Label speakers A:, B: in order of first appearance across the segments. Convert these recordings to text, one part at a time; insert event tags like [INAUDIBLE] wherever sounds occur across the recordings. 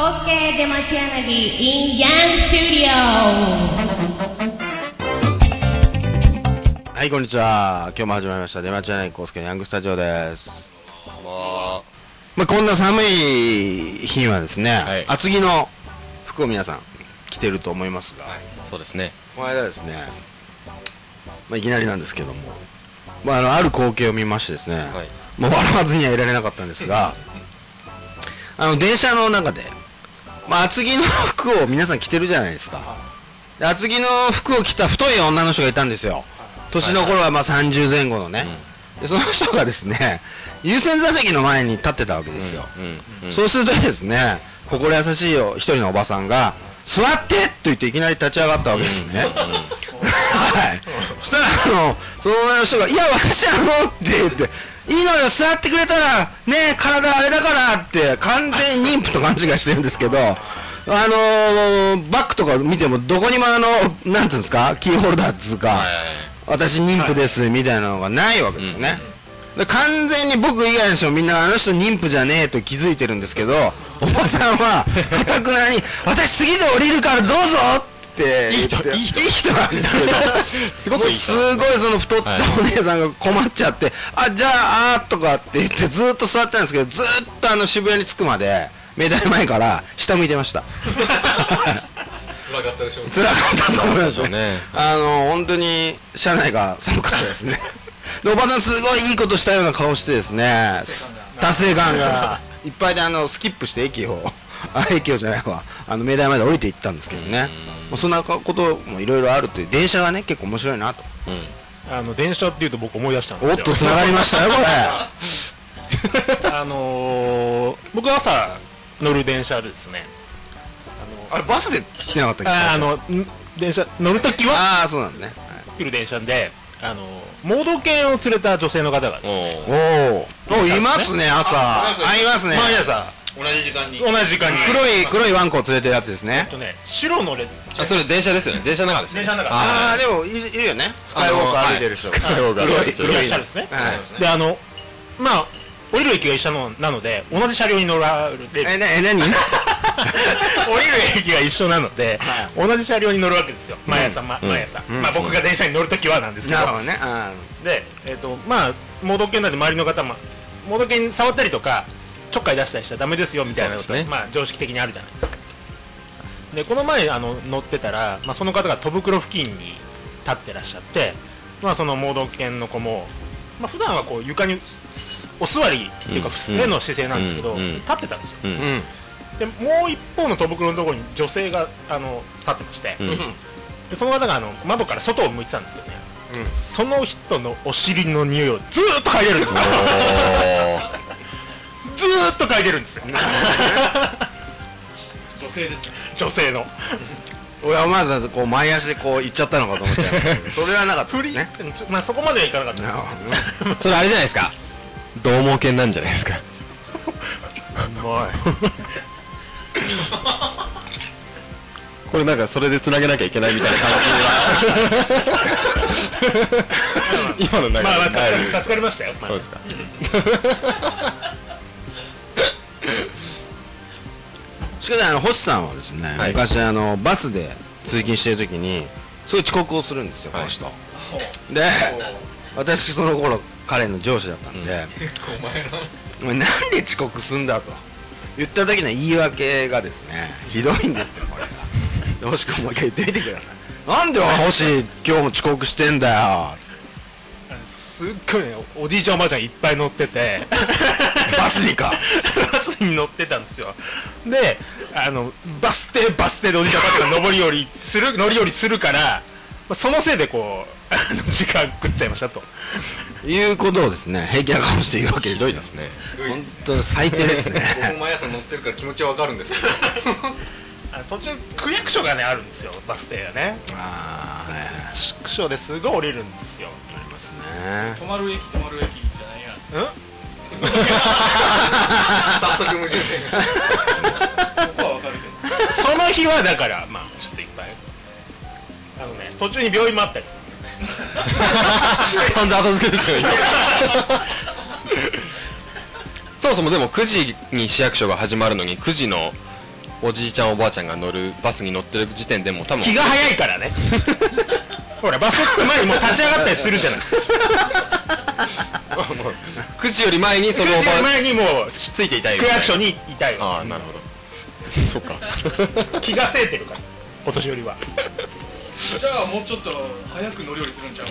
A: Kosuke Demachianagi in Yang Studio.
B: はい、こんにちは。今日も始まりました。出町柳康介のヤングスタジオです。
C: まあ、
B: まあ、こんな寒い日にはですね、
C: はい
B: 厚着の服を皆さん着てると思いますが、
C: そうですね。
B: この間ですね、まあ、いきなりなんですけども、まあ、あのある光景を見ましてですね、
C: はい。
B: まあ、笑わずにはいられなかったんですが、あの電車の中で、まあ、厚着の服を皆さん着てるじゃないですか、で厚着の服を着た太い女の人がいたんですよ、年の頃はまあ30前後のね、でその人がですね優先座席の前に立ってたわけですよ、
C: うん。うん。
B: そうするとですね、心優しいよ一人のおばさんが、座ってと言っていきなり立ち上がったわけですね。はい。そしたら、あの、その女の人が、いや、私あの、って言って、いいのよ、座ってくれたら、ねえ、体あれだからって、完全に妊婦と勘違いしてるんですけど、あのバッグとか見ても、どこにもあの、なんつうんですか、キーホルダーっつうか、
C: はいはいはい
B: 私妊婦ですみたいなのがないわけですよね、で完全に僕以外の人みんなあの人妊婦じゃねえと気づいてるんですけどおばさんはかたくなに「私次で降りるからどうぞ!」って言って
C: いい人
B: いい人なんですけど
C: [LAUGHS] すごくいい人
B: もうすごいその太った
C: はい
B: お姉さんが困っちゃって「あじゃああー」とかって言ってずっと座ってたんですけどずっとあの渋谷に着くまで目台前から下向いてました
D: 辛かったでしょう
B: 辛かったと思います
C: そうでしょう
B: ね
C: ね
B: あの本当に車内が寒かったです
C: [LAUGHS]
B: ねでおばさんすごいいいことしたような顔してですね達成感がいっぱいであのスキップして駅を [LAUGHS] あ駅をじゃないわあの明大まで降りていったんですけどねまあそんなこともいろいろあるという電車がね結構面白いなと
D: あの電車っていうと僕思い出したんです
B: お
D: よ
B: っとつながりましたよこ
D: あのー、僕朝乗る電車でですね
B: れ [LAUGHS] あれバスで来てなかったっけ
D: ああのん電車乗るときは
B: ああそうなんだね
D: 来る電車であの盲導犬を連れた女性の方がですね
C: お
B: おおいますね朝あいますね
D: 毎朝
C: 同じ時間に。
D: 同じ時間にえ
B: 黒い黒いワンコを連れてるやつですね
D: っとね白の列
C: あ、それ電車ですよね。電車の中ですね。
D: 電車の中
B: あ
C: あ
B: あでもいるいるよねスカイウォーク歩いてる人、
C: あのは
B: 黒い
C: いスカイウォーク歩いてる人
B: 黒
D: 列
B: い
D: 車ですね
B: はい
D: であのまあ降りる駅が一緒のなので同じ車両に乗られる
B: えなえ何 [LAUGHS]
D: [LAUGHS] 降りる駅が一緒なので、同じ車両に乗るわけですよ毎朝、ま
C: うん
D: 毎朝、まあ、僕が電車に乗るときはなんですけど
B: なるほどねあ
D: で、えっとまあ、盲導犬なんで周りの方も盲導犬触ったりとかちょっかい出したりしちゃダメですよみたいなこと、
C: そうですね
D: まあ、常識的にあるじゃないですかでこの前あの乗ってたら、まあ、その方が戸袋付近に立ってらっしゃって、まあ、その盲導犬の子も、まあ普段はこう床にお座りっていうか
C: うん
D: 伏せの姿勢なんですけど、
C: うんうん
D: 立ってたんですよ
C: うん。
B: ーう
C: う。
B: んん
D: でもう一方の戸袋のところに女性があの立ってまして、
C: うん
D: でその方があの窓から外を向いてたんですけどね、
B: うん
D: その人のお尻の匂いをずーっと嗅いでるんですよずーっと嗅いでるんですよ
E: 女性ですね
D: [LAUGHS] 女性の
B: 俺は思わずこう前足でこう行っちゃったのかと思っちゃうそれはなかった
D: 振
B: で
D: り、
B: す [LAUGHS] ね
D: ちょまあそこまではいかなかった
B: なるほどね
C: おーそれあれじゃないですか。獰猛犬なんじゃないですか。
D: う
C: [LAUGHS] これなんかそれで繋げなきゃいけないみたいな感 [LAUGHS] じは。今の流れ
D: まあまあ
C: でだ
D: 助か
C: い
D: り
C: ぶ
D: 助かりましたよ、まあ
C: そうですか。
B: しかしあの星さんはですね、
C: はい
B: 昔あのバスで通勤してる時にすごい遅刻をするんですよ、
C: は
B: こ
C: い
B: の人で私その頃彼の上司だったんで、お前なんで遅刻すんだと言った時の言い訳がですねひどいんですよこれがで星君もう一回言ってみてくださいなんでお前星今日も遅刻してんだよつって
D: すっごいねおおじいちゃんおばあちゃんいっぱい乗って [LAUGHS] て
B: バスにか
D: バスに乗ってたんですよであのバス停バス停でおじいちゃんおばあちゃんが登り降りする [LAUGHS] 乗り降りするから、まあそのせいでこう [LAUGHS] あの時間食っちゃいましたと
B: いうことをですね平気な顔して言うわけで
C: ひ
B: すよ
C: どいですね。
B: 本当に最低ですね
E: 僕も毎朝乗ってるから気持ちはわかるんですけど
D: あの途中区役所がねあるんですよバス停がね
B: あ [LAUGHS] あはいはい
D: 区役所ですごい降りるんですよ
B: ありますね
E: 止まる駅止まる駅じゃない
D: う
E: や
D: ん
E: 早速無重点
D: 僕はわかるけど [LAUGHS] その日はだからまあちょっといっぱいあのね途中に病院もあったりする
C: 完全後付けです [LAUGHS] よ今そもそもでも9時に市役所が始まるのに9時のおじいちゃんおばあちゃんが乗るバスに乗ってる時点でもう多分
D: 気が早い [LAUGHS] からねほらバス着く前にもう立ち上がったりするじゃない
C: 9時より前にそのおばあ
D: 前にもう
C: ついていたいみ
D: 区
C: たいな
D: 役所にいたい
C: あ
D: わ
C: あなるほどそっ
D: [LAUGHS]
C: か
D: 気がせいてるからお年寄りは
E: じゃあもうちょっと早く乗り降りする
D: [LAUGHS]
E: んちゃう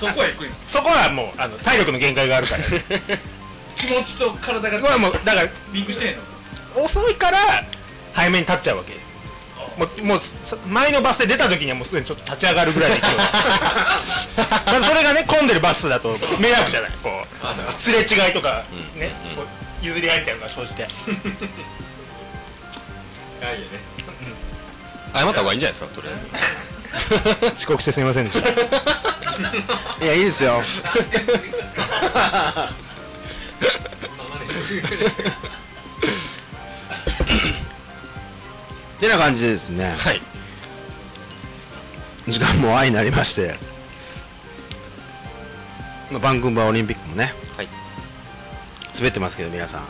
E: そこはゆっくりな
D: そこはもうあの体力の限界があるからこ
E: 気持ちと体
D: れは
E: が
D: もうだから
E: リンクしてんの
D: 遅いから早めに立っちゃうわけもうもうさ前のバスで出た時にはもうすでにちょっと立ち上がるぐらい [LAUGHS] の勢いまあそれがね混んでるバスだと迷惑じゃないこうすれ違いとかね、こう譲り合いみたいなのが生じて
E: いやいやね
C: 謝った方がいいんじゃないですかとりあえず
D: [LAUGHS] 遅刻してすみませんでした
B: いやいいですよてな感じでですね
C: はい
B: 時間も愛になりましてまあ番組はオリンピックもね、
C: はい
B: 滑ってますけど皆さん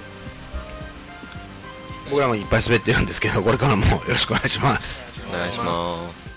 B: 僕らもいっぱい滑ってるんですけどこれからもよろしくお願いします
C: お願いします